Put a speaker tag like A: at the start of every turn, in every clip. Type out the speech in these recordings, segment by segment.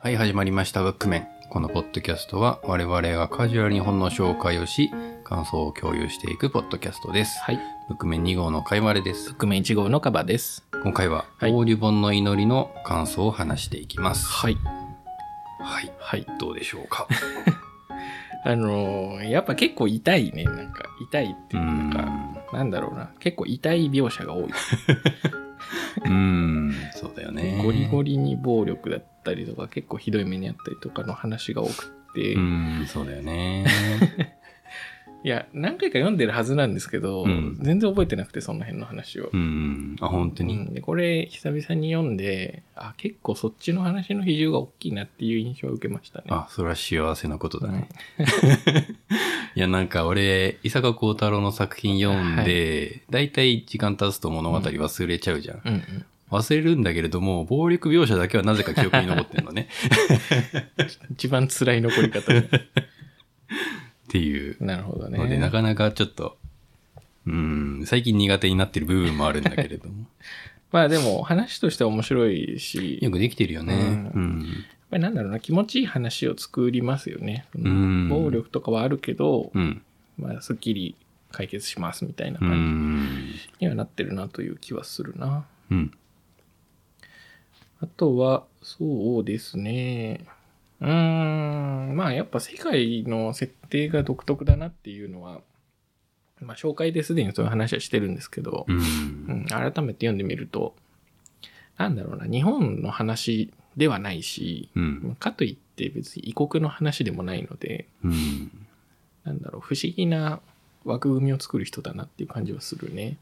A: はい、始まりました。ブックメン。このポッドキャストは我々がカジュアルに本の紹介をし、感想を共有していくポッドキャストです。
B: はい。
A: ブックメン2号のかいわれです。
B: 側面1号のカバです。
A: 今回は、
B: はい
A: オーディボンの祈りの感想を話していきます。
B: はい。
A: はい。
B: はい。
A: どうでしょう か。
B: あのーやっぱ結構痛いね。なんか、痛いって
A: うー
B: いうなん
A: ん。
B: か、なんだろうな。結構痛い描写が多い。
A: うーん。そうだよね。
B: ゴリゴリに暴力だったりとか、結構ひどい目にあったりとかの話が多くて、
A: うーん、そうだよ ね。
B: いや、何回か読んでるはずなんですけど、
A: うん
B: 全然覚えてなくて、その辺の話を
A: う。ん。あ、本当
B: う
A: に。
B: ん、でこれ久々に読んであ結構そっちの話の比重が大きいなっていう印象を受けましたね。
A: あ、それは幸せなことだね。いや、なんか俺、伊坂幸太郎の作品読んで、だいたい時間経つと物語忘れちゃうじゃん。
B: うんうん、
A: 忘れるんだけれども、暴力描写だけはなぜか記憶に残ってるの ね。
B: 一番辛い残り 方で
A: っていう
B: なるほどね。
A: ので、なかなかちょっと、うん、最近苦手になってる部分もあるんだけれども。
B: まあでも話としては面白いし、や
A: よくできてるよね。う。
B: うんっぱりなんだろうな、気持ちいい話を作りますよね。
A: ん
B: 暴力とかはあるけど、
A: うん。
B: まあすっきり解決しますみたいな
A: う
B: 感
A: ん。
B: じにはなってるなという気はするな。
A: うん。
B: あとは、そうですね。うーん、まあやっぱ世界の設定が独特だなっていうのは、まあ紹介ですでにそういう話はしてるんですけど、
A: うん。
B: うん、改めて読んでみると、なんだろうな、日本の話ではないし、
A: うん。
B: かといって別に異国の話でもないので、
A: うん。
B: なんだろう、不思議な枠組みを作る人だなっていう感じはするね。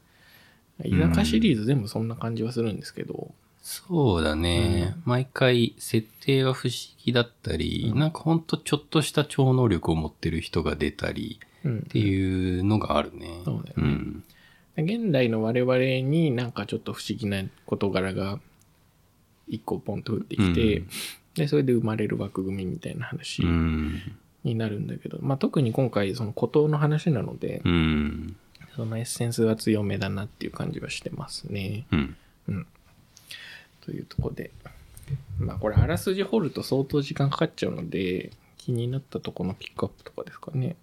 B: 居酒屋シリーズ全部そんな感じはするんですけど、
A: そうだね、毎回設定が不思議だったり、
B: うん
A: なんかほんとちょっとした超能力を持ってる人が出たり
B: うん、っ
A: っていうのがあるね。
B: そうだよね
A: ん。
B: 現代の我々になんかちょっと不思議な事柄が一個ポンと降ってきて、
A: うん
B: でそれで生まれる枠組みみたいな話
A: うん。
B: になるんだけど、まあ、特に今回その孤島の話なので、
A: うん。
B: そのエッセンスが強めだなっていう感じはしてますね。
A: うん。
B: というとこで。まあこれあらすじ掘ると相当時間かかっちゃうので、気になったとこのピックアップとかですかね。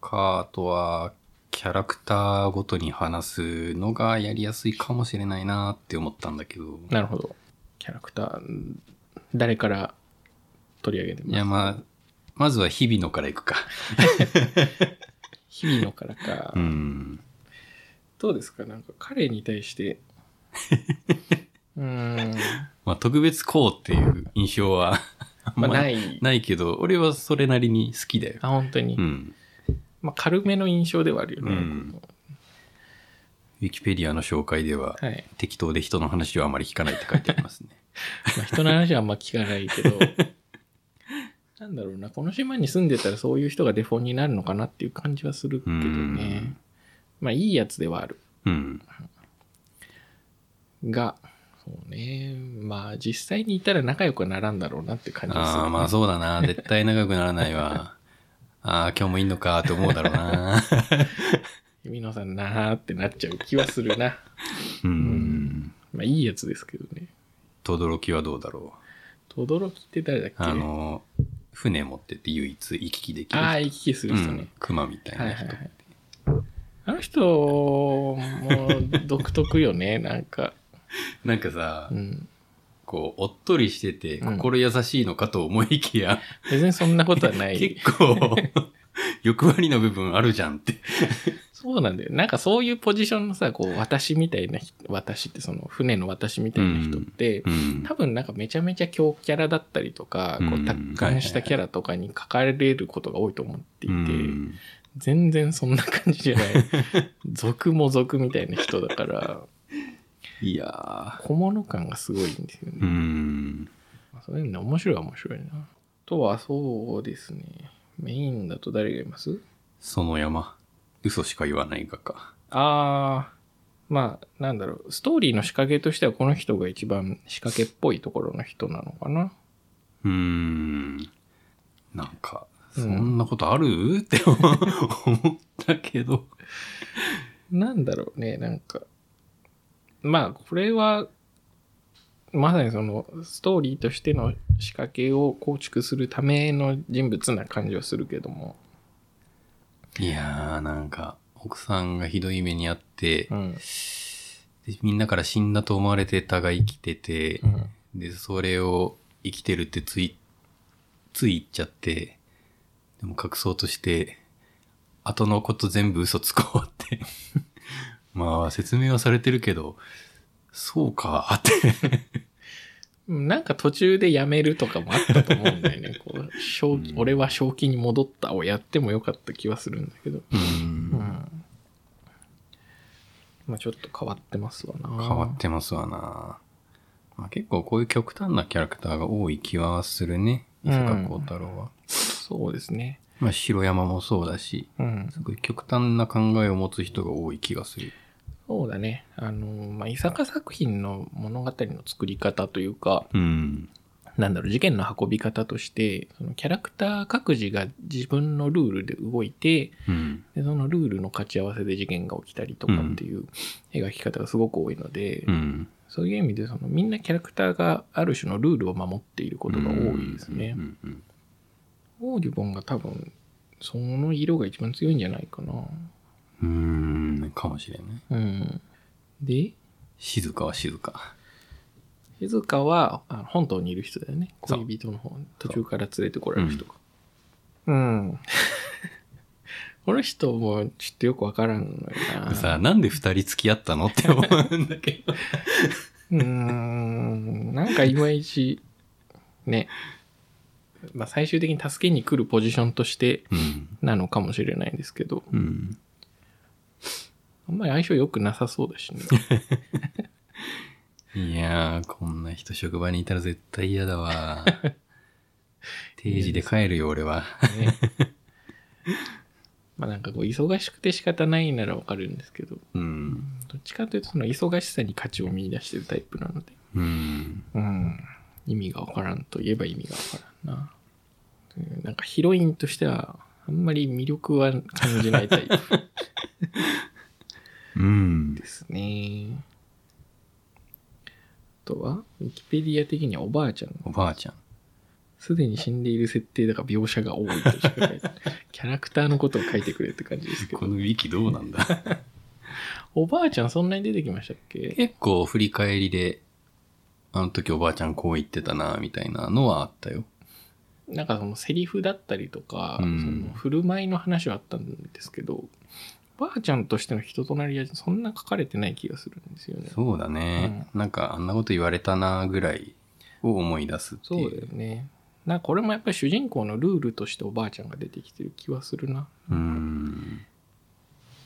A: か、あとは、キャラクターごとに話すのがやりやすいかもしれないなって思ったんだけど。
B: なるほど。キャラクター、ん誰から取り上げて
A: い
B: ま
A: や、
B: す
A: まあ、まずは日々のからいくか。
B: 日々のからか。
A: うん。
B: どうですかなんか彼に対 して。うーん。
A: まあ、特別こうっていう印象はあん
B: ま
A: ま
B: あな
A: ない
B: い。
A: けど、俺はそれなりに好きだよ。
B: あ、本当に。
A: うん。
B: まあ軽めの印象ではあるよね。
A: うんウィキペディアの紹介では、
B: はい。
A: 適当で人の話はあまり聞かないって書いてありますね。
B: まあ、人の話はあんま聞かない けど、なんだろうな、この島に住んでたらそういう人がデフォになるのかなっていう感じはするけど
A: う
B: ね
A: ん。
B: まあ、いいやつではある。
A: うん。
B: が、そうね、まあ、実際にいたら仲良くはならんだろうなって感じがする、
A: ああ、まあそうだな。絶対長くならないわ。ああ、今日もいんのかと思うだろう な。
B: みのさんなーってなっちゃう気はするな。
A: う
B: うんん。まあ、いいやつですけどね。
A: 轟はどうだろ
B: 轟って誰だっけ
A: う。あの、船持ってって唯一行き来できる人。
B: ああ、行き来す
A: う
B: る人
A: ん
B: ね。、
A: 熊みたい
B: はい
A: な
B: はい
A: 人。
B: はい。あの人も独特よね、なんか。
A: なんかさ、
B: うん
A: こう、おっとりしてて、
B: うん
A: 心優しいのかと思いきや、
B: 別にそんなことはな い。
A: 結構、欲張りの部分あるじゃんって。
B: そうなんだよ。なんかそういうポジションのさ、こう、私みたいな人、私ってその船の私みたいな人って、
A: うん
B: 多分なんかめちゃめちゃ強キャラだったりとか、こ
A: うん
B: う、達観したキャラとかに書かれることが多いと思っていて、
A: うん
B: 全然そんな感じじ ゃない。俗も俗みたいな人だから、
A: いや
B: 小物感がすごいんですよね。
A: ー。うん。
B: そういうの面白いは面白いな。あとはそうですね。メインだと誰がいます
A: その山。嘘しか言わないがか。
B: ああ、まあ、なんだろう。ストーリーの仕掛けとしてはこの人が一番仕掛けっぽいところの人なのかな。
A: うーん。なんか、そ
B: うん
A: んなことある、って思思ったけど。
B: なんだろうね、なんか。まあ、これは、まさにそのストーリーとしての仕掛けを構築するための人物な感じはするけども。
A: いやー、なんか、奥さんがひどい目にあって、
B: うん。
A: でみんなから死んだと思われてたが生きてて、
B: うん
A: で、それを生きてるってつい、つい言っちゃって、でも隠そうとして、後のこと全部嘘つこうって。 まあ、説明はされてるけど、そうか、って。
B: なんか途中でやめるとかもあったと思うんだよね。こう正気
A: うん
B: 俺は正気に戻ったをやってもよかった気はするんだけど。
A: うん。
B: まあちょっと変わってますわな。
A: 変わってますわな。まあ、結構こういう極端なキャラクターが多い気はするね。伊坂幸太郎は。
B: そうですね。
A: まあ、白山もそうだし、
B: うん。
A: すごい極端な考えを持つ人が多い気がする。
B: そうだね。あの、まあ、伊坂作品の物語の作り方というか、
A: うん。
B: なんだろう、事件の運び方として、そのキャラクター各自が自分のルールで動いて、
A: うん。
B: でそのルールの勝ち合わせで事件が起きたりとかっていう描き方がすごく多いので、
A: うん。
B: そういう意味でそのみんなキャラクターがある種のルールを守っていることが多いですね。
A: うんうん
B: オーディボンが多分その色が一番強いんじゃないかな。
A: うん。うーん、かもしれない。
B: うん、で
A: 静かは静か。
B: 静香はあ本島にいる人だよね
A: そう
B: 恋人の方途中から連れてこられる人かうん、 この人もちょっとよくわからんの よな
A: さあ、なんで二人付き合ったのって思うんだけど。
B: うーんなんかいまいちねまあ最終的に助けに来るポジションとして
A: うん。
B: なのかもしれないんですけど
A: うん。
B: あんまり相性良くなさそうだしね
A: いやー、こんな人職場にいたら絶対嫌だ わ。定時で帰るよ、俺は。
B: ね まあなんかこう忙しくて仕方ないならわかるんですけど
A: うん。
B: どっちかというとその忙しさに価値を見出してるタイプなので
A: うん。
B: うん、意味がわからんといえば意味がわからんな。うんなんかヒロインとしては、あんまり魅力は感じないタイプ
A: うん。
B: ですね。 あとは、ウィキペディア的にはおばあちゃん。
A: おばあちゃん。
B: すでに死んでいる設定だから描写が多いとしか書いてないキャラクターのことを書いてくれって感じですけ
A: こ
B: ど。
A: のウィキどうなんだ
B: おばあちゃんそんなに出てきましたっけ
A: 結構振り返りで、あの時おばあちゃんこう言ってたな、みたいなのはあったよ。
B: なんかそのセリフだったりとか、
A: うん
B: その振る舞いの話はあったんですけど、おばあちゃんとしての人となりはそんな書かれてない気がするんですよね。
A: そうだね。なんかあんなこと言われたな、ぐらいを思い出すってい。
B: そううだよね。なんかこれもやっぱり主人公のルールとしておばあちゃんが出てきてる気はするな。
A: うん。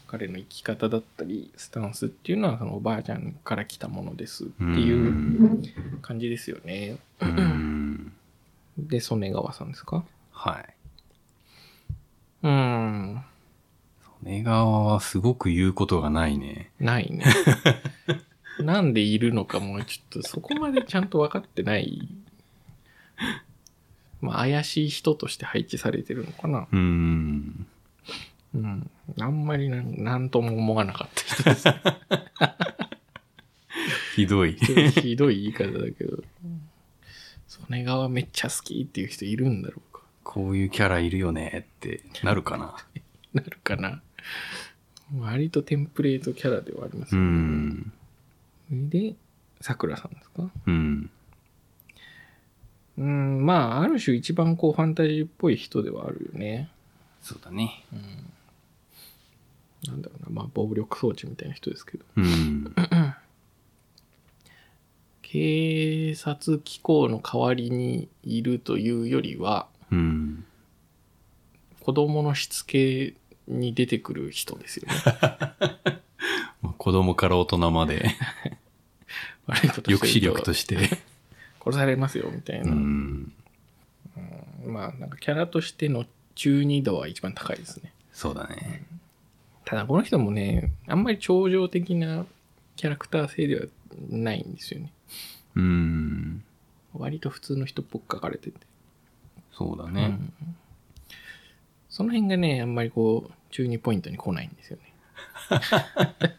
B: 彼の生き方だったり、スタンスっていうのはそのおばあちゃんから来たものですっていう感じですよね。
A: うん。
B: で、曽根川さんですか
A: はい。
B: うん。
A: 利根川はすごく言うことがないね。
B: ない ね。なんでいるのかもちょっとそこまでちゃんと分かってない。まあ怪しい人として配置されてるのかな。
A: うん。
B: うん。あんまりなんなんとも思わなかった人です
A: ひどい。
B: ちょっとひどい言い方だけど。曽根川めっちゃ好きっていう人いるんだろうか。
A: こういうキャラいるよねってなるかな。
B: なるかな。割とテンプレートキャラではあります
A: う
B: よね
A: ん。
B: で、さくらさんですか
A: うん。
B: うん、まあ、ある種一番こうファンタジーっぽい人ではあるよね。
A: そうだね。
B: なんだろうな、まあ、暴力装置みたいな人ですけど。
A: うん。
B: 警察機構の代わりにいるというよりは、
A: うん。
B: 子供のしつけに出てくる人で すよね。
A: まあ子供から大人まで
B: 悪いことしてると
A: 抑止力として。
B: 殺されますよみたいな、
A: うん。
B: まあなんかキャラとしての中二度は一番高いですね
A: そうだね。
B: ただこの人もねあんまり頂上的なキャラクター性ではないんですよね
A: うん。
B: 割と普通の人っぽく描かれてて、
A: そうだ
B: う
A: ね。
B: んその辺がねあ んまりこう中二ポイントに来ないんですよね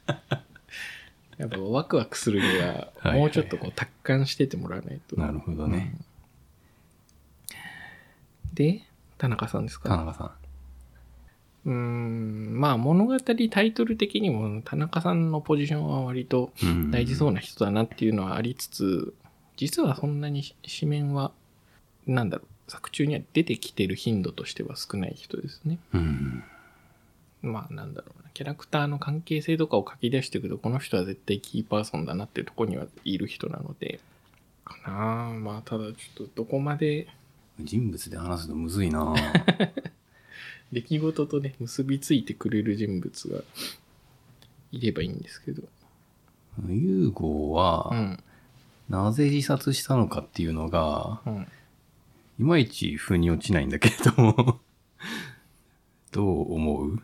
B: やっぱワクワクするには、
A: はいはい
B: もうちょっとこう達観しててもらわないと。
A: なるほどね。
B: うん。で、田中さんです
A: 田
B: か
A: 中さん。
B: うーん、まあ物語タイトル的にも田中さんのポジションは割と
A: うん
B: 大事そうな人だなっていうのはありつつ、実はそんなに紙面は、なんだろう、作中には出てきてる頻度としては少ない人ですね。
A: うん。
B: まあなんだろうな、キャラクターの関係性とかを書き出していくと、この人は絶対キーパーソンだなっていうところにはいる人なので、かなあまあただちょっとどこまで
A: 人物で話すのむずい な
B: 出来事とね、結びついてくれる人物がいればいいんですけど。
A: ユーゴは、
B: うん。
A: なぜ自殺したのかっていうのが、
B: うん。
A: いまいち腑に落ちないんだけれども、どう思う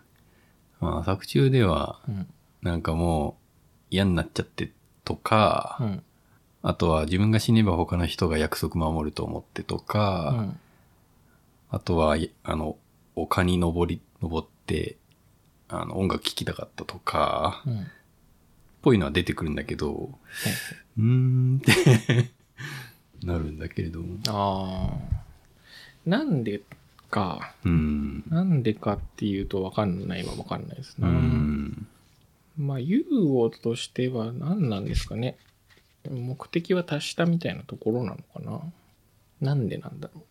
A: まあ、作中では、
B: うん。
A: なんかもう嫌になっちゃってとか、
B: うん。
A: あとは自分が死ねば他の人が約束守ると思ってと
B: う
A: か、
B: ん。
A: あとは、いあの、丘に登り、登って、あの、音楽聴きたかったとか、っ
B: うん。
A: ぽいのは出てくるんだけど、うーんって なるんだけれども。
B: ああ。なんでか、
A: うん。
B: なんでかっていうと分かんないは分かんないです
A: う
B: ね。
A: ん。
B: まあ、ユーゴとしては何なんですかね。目的は達したみたいなところなのかな。なんでなんだろ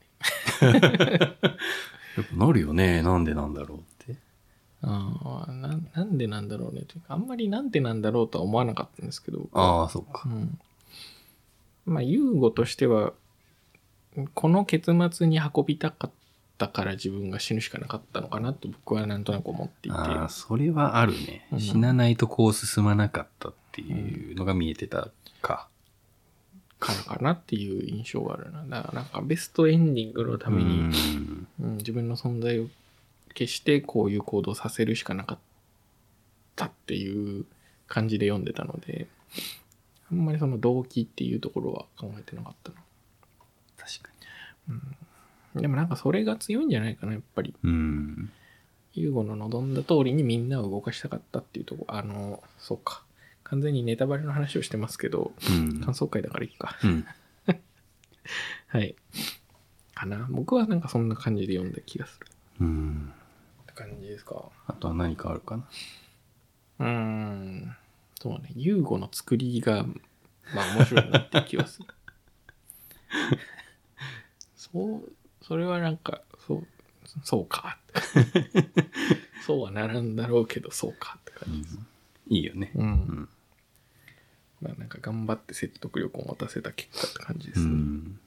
B: う。
A: やっぱなるよね。なんでなんだろうって。
B: ああ、ななんでなんだろうねというか、あんまりなんでなんだろうとは思わなかったんですけど。
A: ああ、そっか
B: う。ん。まあ、ユーゴとしては、この結末に運びたかったから自分が死ぬしかなかったのかなと僕はなんとなく思っていて。
A: ああ、それはあるね
B: う。ん
A: 死なないとこう進まなかったっていうのが見えてたか。
B: からかなっていう印象があるな。だからなんかベストエンディングのために、
A: うん
B: うん自分の存在を消してこういう行動させるしかなかったっていう感じで読んでたので、あんまりその動機っていうところは考えてなかった
A: 確かに。
B: な。でもなんかそれが強いんじゃないかな、やっぱり。
A: うん。
B: ユーゴの望んだ通りにみんなを動かしたかったっていうとこあの、そうか。完全にネタバレの話をしてますけど、
A: うん
B: 感想会だからいいか。
A: うん。
B: はい。かな。僕はなんかそんな感じで読んだ気がする。
A: うん。
B: って感じですか。
A: あとは何かあるかな。
B: うーん。そうね。ユーゴの作りが、まあ面白いなって気が する。そう、それはなんか、そう、そうか。そうはならんだろうけど、そうかって感じ。
A: いいよね。
B: う。
A: うんん。
B: まあなんか頑張って説得力を持たせた結果って感じで
A: う
B: すね。
A: ん。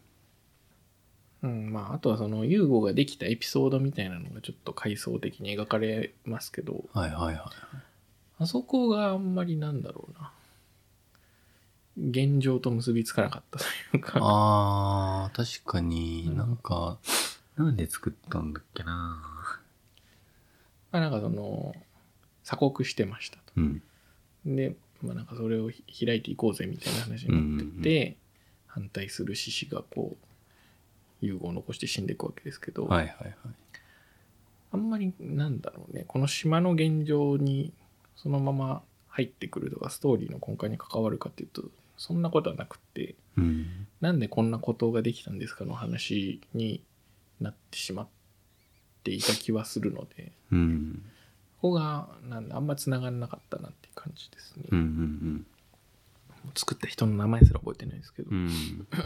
B: うん、まあ、あとはその、ユーゴができたエピソードみたいなのがちょっと階層的に描かれますけど、
A: はいはいはい。
B: あそこがあんまりなんだろうな。現状と結びつかなかったというか、
A: ああ、確か
B: う
A: に
B: ん
A: なんか、なんで作ったんだっけな。
B: まあ、なんかその、鎖国してましたと。
A: うん。
B: で、まあなんかそれをひ開いていこうぜみたいな話になってて、反対する獅子がこう、ユーゴを残して死んでいくわけですけど、
A: はいはいはい。
B: あんまりなんだろうね、この島の現状にそのまま入ってくるとか、ストーリーの根幹に関わるかっていうと、そんなことはなくって、
A: うん。
B: なんでこんなことができたんですかの話になってしまっていた気はするので、
A: うん。
B: ここがなんだあんま繋がんなかったなっていう感じですね。
A: うんうん
B: 作った人の名前すら覚えてないですけど。
A: うん。うん。
B: か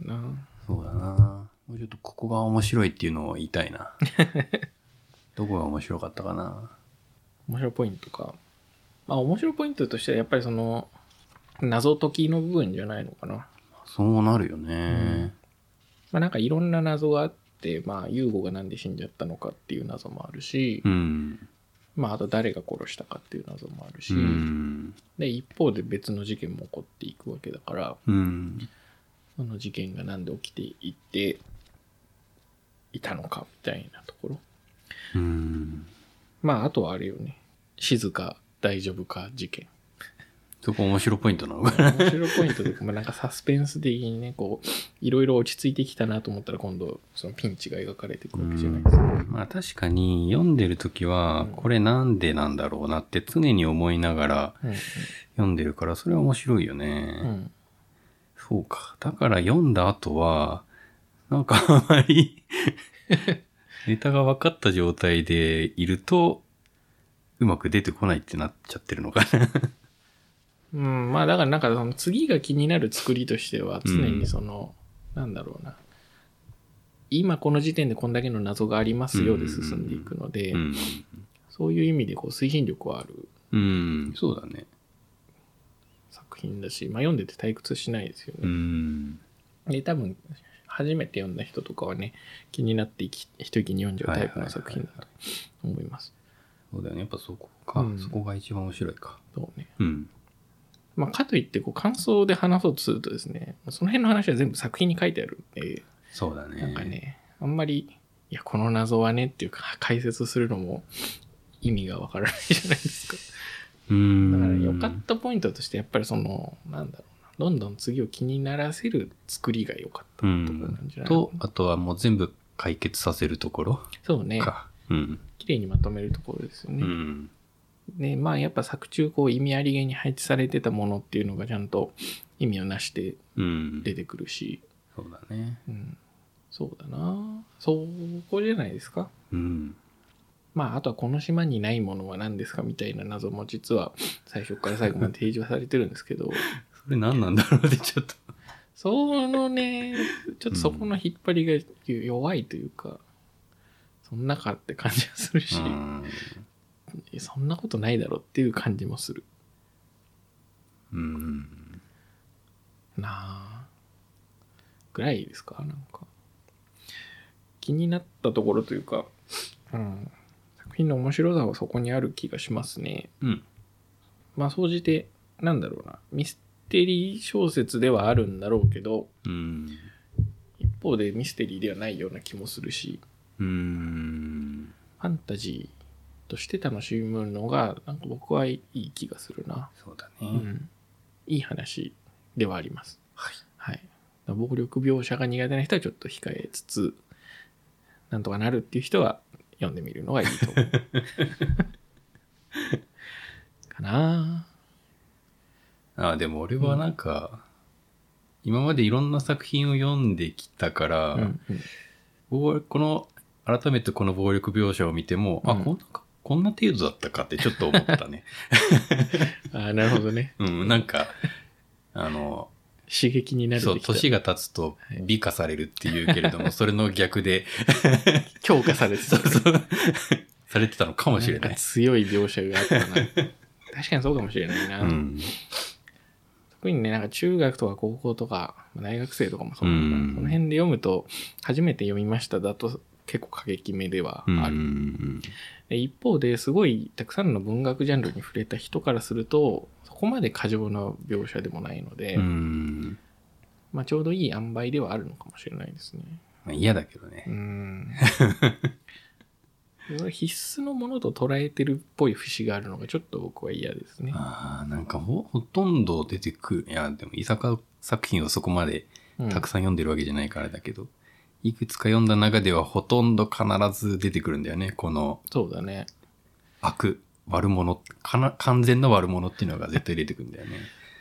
B: な
A: そうだな。もうちょっとここが面白いっていうのを言いたい な。どこが面白かったかな。
B: 面白いポイントか。まあ面白いポイントとしてはやっぱりその謎解きの部分じゃないのかな。
A: そうなるよね。
B: まあなんかいろんな謎があって、まあユーゴがなんで死んじゃったのかっていう謎もあるし、
A: うん。
B: まああと誰が殺したかっていう謎もあるし、
A: うん。
B: で一方で別の事件も起こっていくわけだから、
A: うん。
B: その事件が何で起きていていたのかみたいなところ。
A: うん。
B: まあ、あとはあれよね。静か大丈夫か事件。
A: そこ面白ポイントなのかな。
B: 面白いポイントで、まあ、なんかサスペンス的にね、こう、いろいろ落ち着いてきたなと思ったら、今度、そのピンチが描かれてくるわけじゃないですか。
A: まあ確かに読んでる時は
B: うん
A: これなんでなんだろうなって常に思いながら
B: うん
A: 読んでるからそれは面白いよ
B: うんう
A: ね。
B: ん
A: そうか。だから読んだ後はなんかあま りネタが分かった状態でいるとうまく出てこないってなっちゃってるのかな。
B: うん、まあだからなんかその次が気になる作りとしては常にその、なんだろうな今この時点でこんだけの謎がありますようで進んでいくので、
A: うん。
B: そういう意味でこう推進力はある
A: うん、そうだね。
B: 作品だし、まあ、読んでて退屈しないですよ
A: う
B: ね。
A: ん。
B: で多分初めて読んだ人とかはね気になって一息に読んじゃうタイプの作品だと思います。
A: そうだよね。やっぱそこか。
B: うん
A: そこが一番面白いか。
B: そうね
A: うん。
B: まあ、かといってこう感想で話そうとするとですねその辺の話は全部作品に書いてあるんで。
A: そうだね。
B: なんかね、あんまり、いや、この謎はねっていうか、解説するのも意味がわからないじゃないですか。
A: う
B: だ
A: ん。
B: から、良かったポイントとして、やっぱりその、なんだろうな、どんどん次を気にならせる作りが良かったところなんじゃないかな
A: と、あとはもう全部解決させるところ
B: そうね、
A: か。うん。
B: 綺麗にまとめるところですよ
A: う
B: ね。
A: ん。
B: で、まあ、やっぱ作中、こう、意味ありげに配置されてたものっていうのが、ちゃんと意味をなして
A: うん。
B: 出てくるし、
A: そうだね。
B: うん、そうだな、そこじゃないですか。
A: うん。
B: まあ、あとはこの島にないものは何ですかみたいな謎も実は最初から最後まで提示はされてるんですけど、
A: それ何なんだろうってちょっと。
B: そのね、ちょっとそこの引っ張りが弱いというか、そんなかって感じがするし、
A: うん。
B: えそんなことないだろうっていう感じもする
A: うん。
B: なあぐらいですか、なんか。気になったところというか、うん、作品の面白さはそこにある気がしますね。
A: うん。
B: まあ、総じて、なんだろうな、ミステリー小説ではあるんだろうけど、
A: うん。
B: 一方でミステリーではないような気もするし、
A: うん。
B: ファンタジーとして楽しむのが、なんか僕はいい気がするな。
A: そうだ
B: う
A: ね。
B: ん。いい話ではあります。
A: はい。
B: はい。暴力描写が苦手な人はちょっと控えつつ、なんとかなるっていう人は読んでみるのがいいと思う。かなあ
A: あ、でも俺はなんか、今までいろんな作品を読んできたから、
B: うんうん
A: 暴この、改めてこの暴力描写を見ても、あ、
B: うん
A: こんなか、こんな程度だったかってちょっと思った ね。
B: ああ、なるほどね。
A: うん、なんか、あの、
B: 刺激になる
A: そう、年
B: が
A: が経つと
B: はい
A: 美化されるっていうけれど も、それの逆で、
B: 強化されて
A: そ
B: た
A: うそう、 されてたのかもしれな
B: な
A: んい
B: か。強い描写があったな確かにそうかもしれないな、
A: うん。
B: 特にねなんか中学とか高校とかまあ大学生とかもそうなんだ
A: うん
B: その辺で読むと初めて読みましただと結構過激めでは
A: うん
B: ある、で一方ですごいたくさんの文学ジャンルに触れた人からするとそこまで過剰な描写でもないので、
A: うん。
B: まあ、ちょうどいい塩梅ではあるのかもしれないですね
A: まあ嫌だけど
B: う
A: ね。
B: んそれ必須のものと捉えてるっぽい節があるのがちょっと僕は嫌ですね。
A: ああ、なんかほ、ほとんど出てくる。いや、でも、伊坂作品をそこまで
B: うん
A: たくさん読んでるわけじゃないからだけど、いくつか読んだ中ではほとんど必ず出てくるんだよね。この
B: そうだね。
A: 悪、悪者、かな完全な悪者っていうのが絶対出てくるんだよね。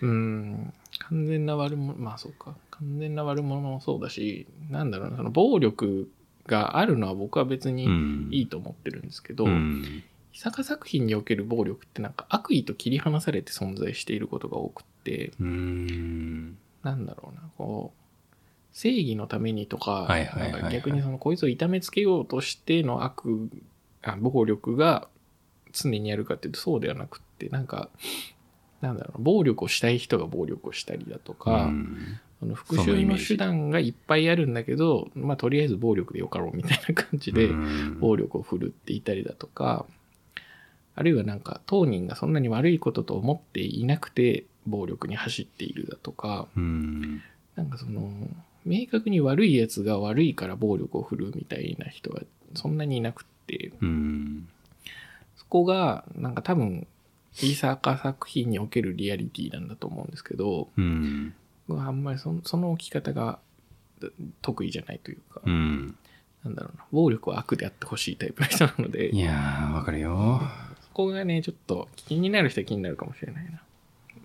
B: うん。完全な悪者、まあそうか。完全な悪者もそうだし、なんだろうな、その暴力があるのは僕は別に
A: ん
B: いいと思ってるんですけど、
A: うん
B: 伊坂作品における暴力ってなんか悪意と切り離されて存在していることが多くって、
A: うん。
B: なんだろうな、こう、正義のためにとか、
A: はいはいはいはい
B: なんか逆にそのこいつを痛めつけようとしての悪、あ暴力が常にやるかっていうとそうではなくって、なんか、なんだろうな、暴力をしたい人が暴力をしたりだとか、
A: うん
B: その復
A: その
B: 讐
A: イメ
B: の
A: ージ
B: 手段がいっぱいあるんだけど、まあとりあえず暴力でよかろうみたいな感じで、
A: うん
B: 暴力を振るっていたりだとか、あるいはなんか当人がそんなに悪いことと思っていなくて暴力に走っているだとか、
A: うん
B: なんかその明確に悪いやつが悪いから暴力を振るうみたいな人はそんなにいなくって
A: うん
B: そこがなんか多分イーサーカー作品におけるリアリティなんだと思うんですけど、
A: うん。
B: 僕はあんまりそのその置き方がだ得意じゃないというか、
A: うん。
B: なんだろうな、暴力は悪であってほしいタイプの人なので
A: い、やー、わかるよ。
B: そこがね、ちょっと気になる人は気になるかもしれないな。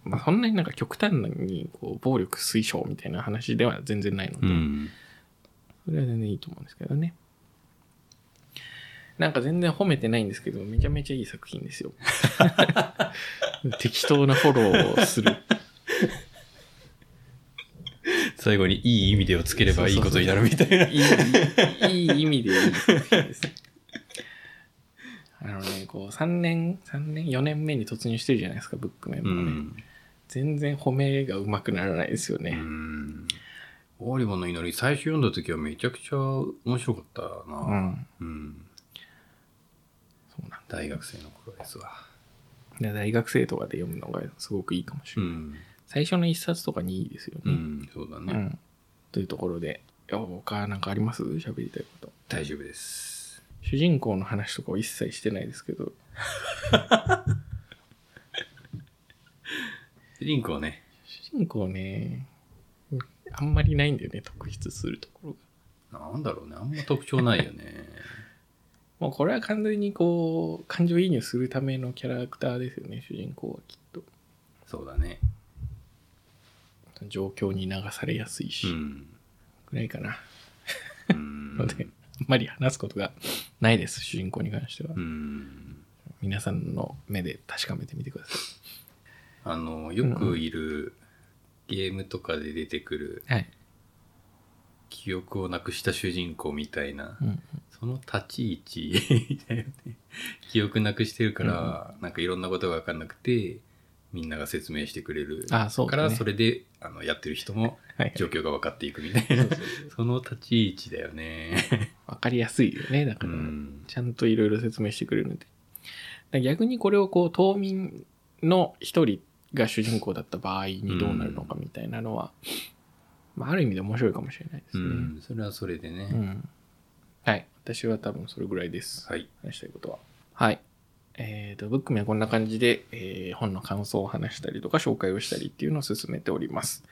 B: まあ、そんなになんか極端にこう暴力推奨みたいな話では全然ないの
A: う
B: で、
A: ん。
B: それは全然いいと思うんですけどね。なんか全然褒めてないんですけど、めちゃめちゃいい作品 ですよ。適当なフォローをする。
A: 最後にいい意味でをつければいいことになるみたいな。
B: いい、いい意味でいい作品です。あのね、こう3年、3年、4年目に突入してるじゃないですか、ブックメン
A: う
B: もね。
A: ん。
B: 全然褒めがうまくならないですよね。
A: うん。オーリボンの祈り、最初読んだ時はめちゃくちゃ面白かった
B: う
A: な。
B: ん。
A: うん。
B: そうなん
A: 大学生の頃ですわ。
B: だ。大学生とかで読むのがすごくいいかもしれない。
A: ん。
B: 最初の一冊とかにいいですよね。
A: うん、そうだ
B: う
A: ね。
B: ん。というところで、いや他なんかあります喋りたいこと。
A: 大丈夫です。
B: 主人公の話とかを一切してないですけど、
A: リンクはね、
B: 主人公ね、あんまりないんだよね、特筆するところが。
A: なんだろうね、あんま特徴ないよね。
B: もうこれは完全にこう、感情移入するためのキャラクターですよね、主人公はきっと。
A: そうだね。
B: 状況に流されやすいうし、
A: ん。
B: ぐらいかな。
A: うん
B: ので、あんまり話すことがないです、主人公に関しては。
A: うん。
B: 皆さんの目で確かめてみてくださ
A: あの、よくいるゲームとかで出てくる
B: い。はい。
A: 記憶をなくした主人公みたいな
B: う、ん。
A: その立ち位置 だよね。記憶なくしてるから、なんかいろんなことが分かんなくて、みんなが説明してくれる。
B: あそうだ
A: か
B: ね
A: ら、それで、あの、やってる人も
B: はい。
A: 状況が分かっていくみたいな。 その立ち位置だよね。
B: わかりやすいよね、だ
A: う
B: から。
A: ん。
B: ちゃんといろいろ説明してくれるんで。だから逆にこれをこう、島民の一人が主人公だった場合にどうなるのかみたいなのは、まあ、ある意味で面白いかもしれないです
A: う
B: ね。
A: ん、それはそれでね。
B: うんはい。私は多分それぐらいです。
A: はい。
B: 話したいことは。はい。えっ、と、ブックメンはこんな感じで、えー本の感想を話したりとか紹介をしたりっていうのを進めております。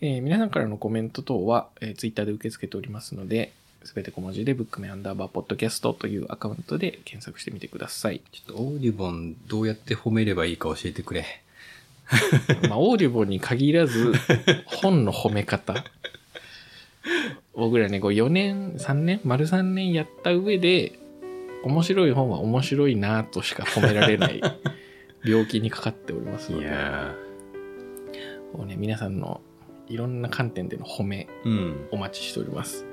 B: えー皆さんからのコメント等は、えー、Twitter で受け付けておりますので、すべて小文字でブックメンアンダーバーポッドキャストというアカウントで検索してみてください。
A: ちょっとオーディボンどうやって褒めればいいか教えてくれ。
B: まあ、オーディボンに限らず、本の褒め方。僕らね、こう4年、3年、丸3年やった上で、面白い本は面白いなとしか褒められない病気にかかっておりますので、こうね、皆さんのいろんな観点での褒め、
A: ー。うん。
B: お待ちしております。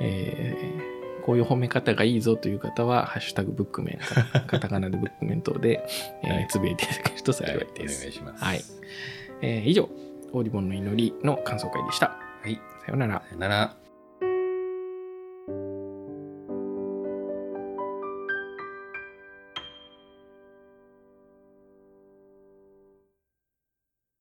B: えーこういう褒め方がいいぞという方は、ハッシュタグブックメン、カカタカナでブックメン等で、えーつぶやいていただけると幸
A: はいい、お
B: で
A: 願い
B: す。
A: します。
B: はいえー以上、オーディボンの祈りの感想会でした。
A: はい。
B: さようなら。
A: さよなら。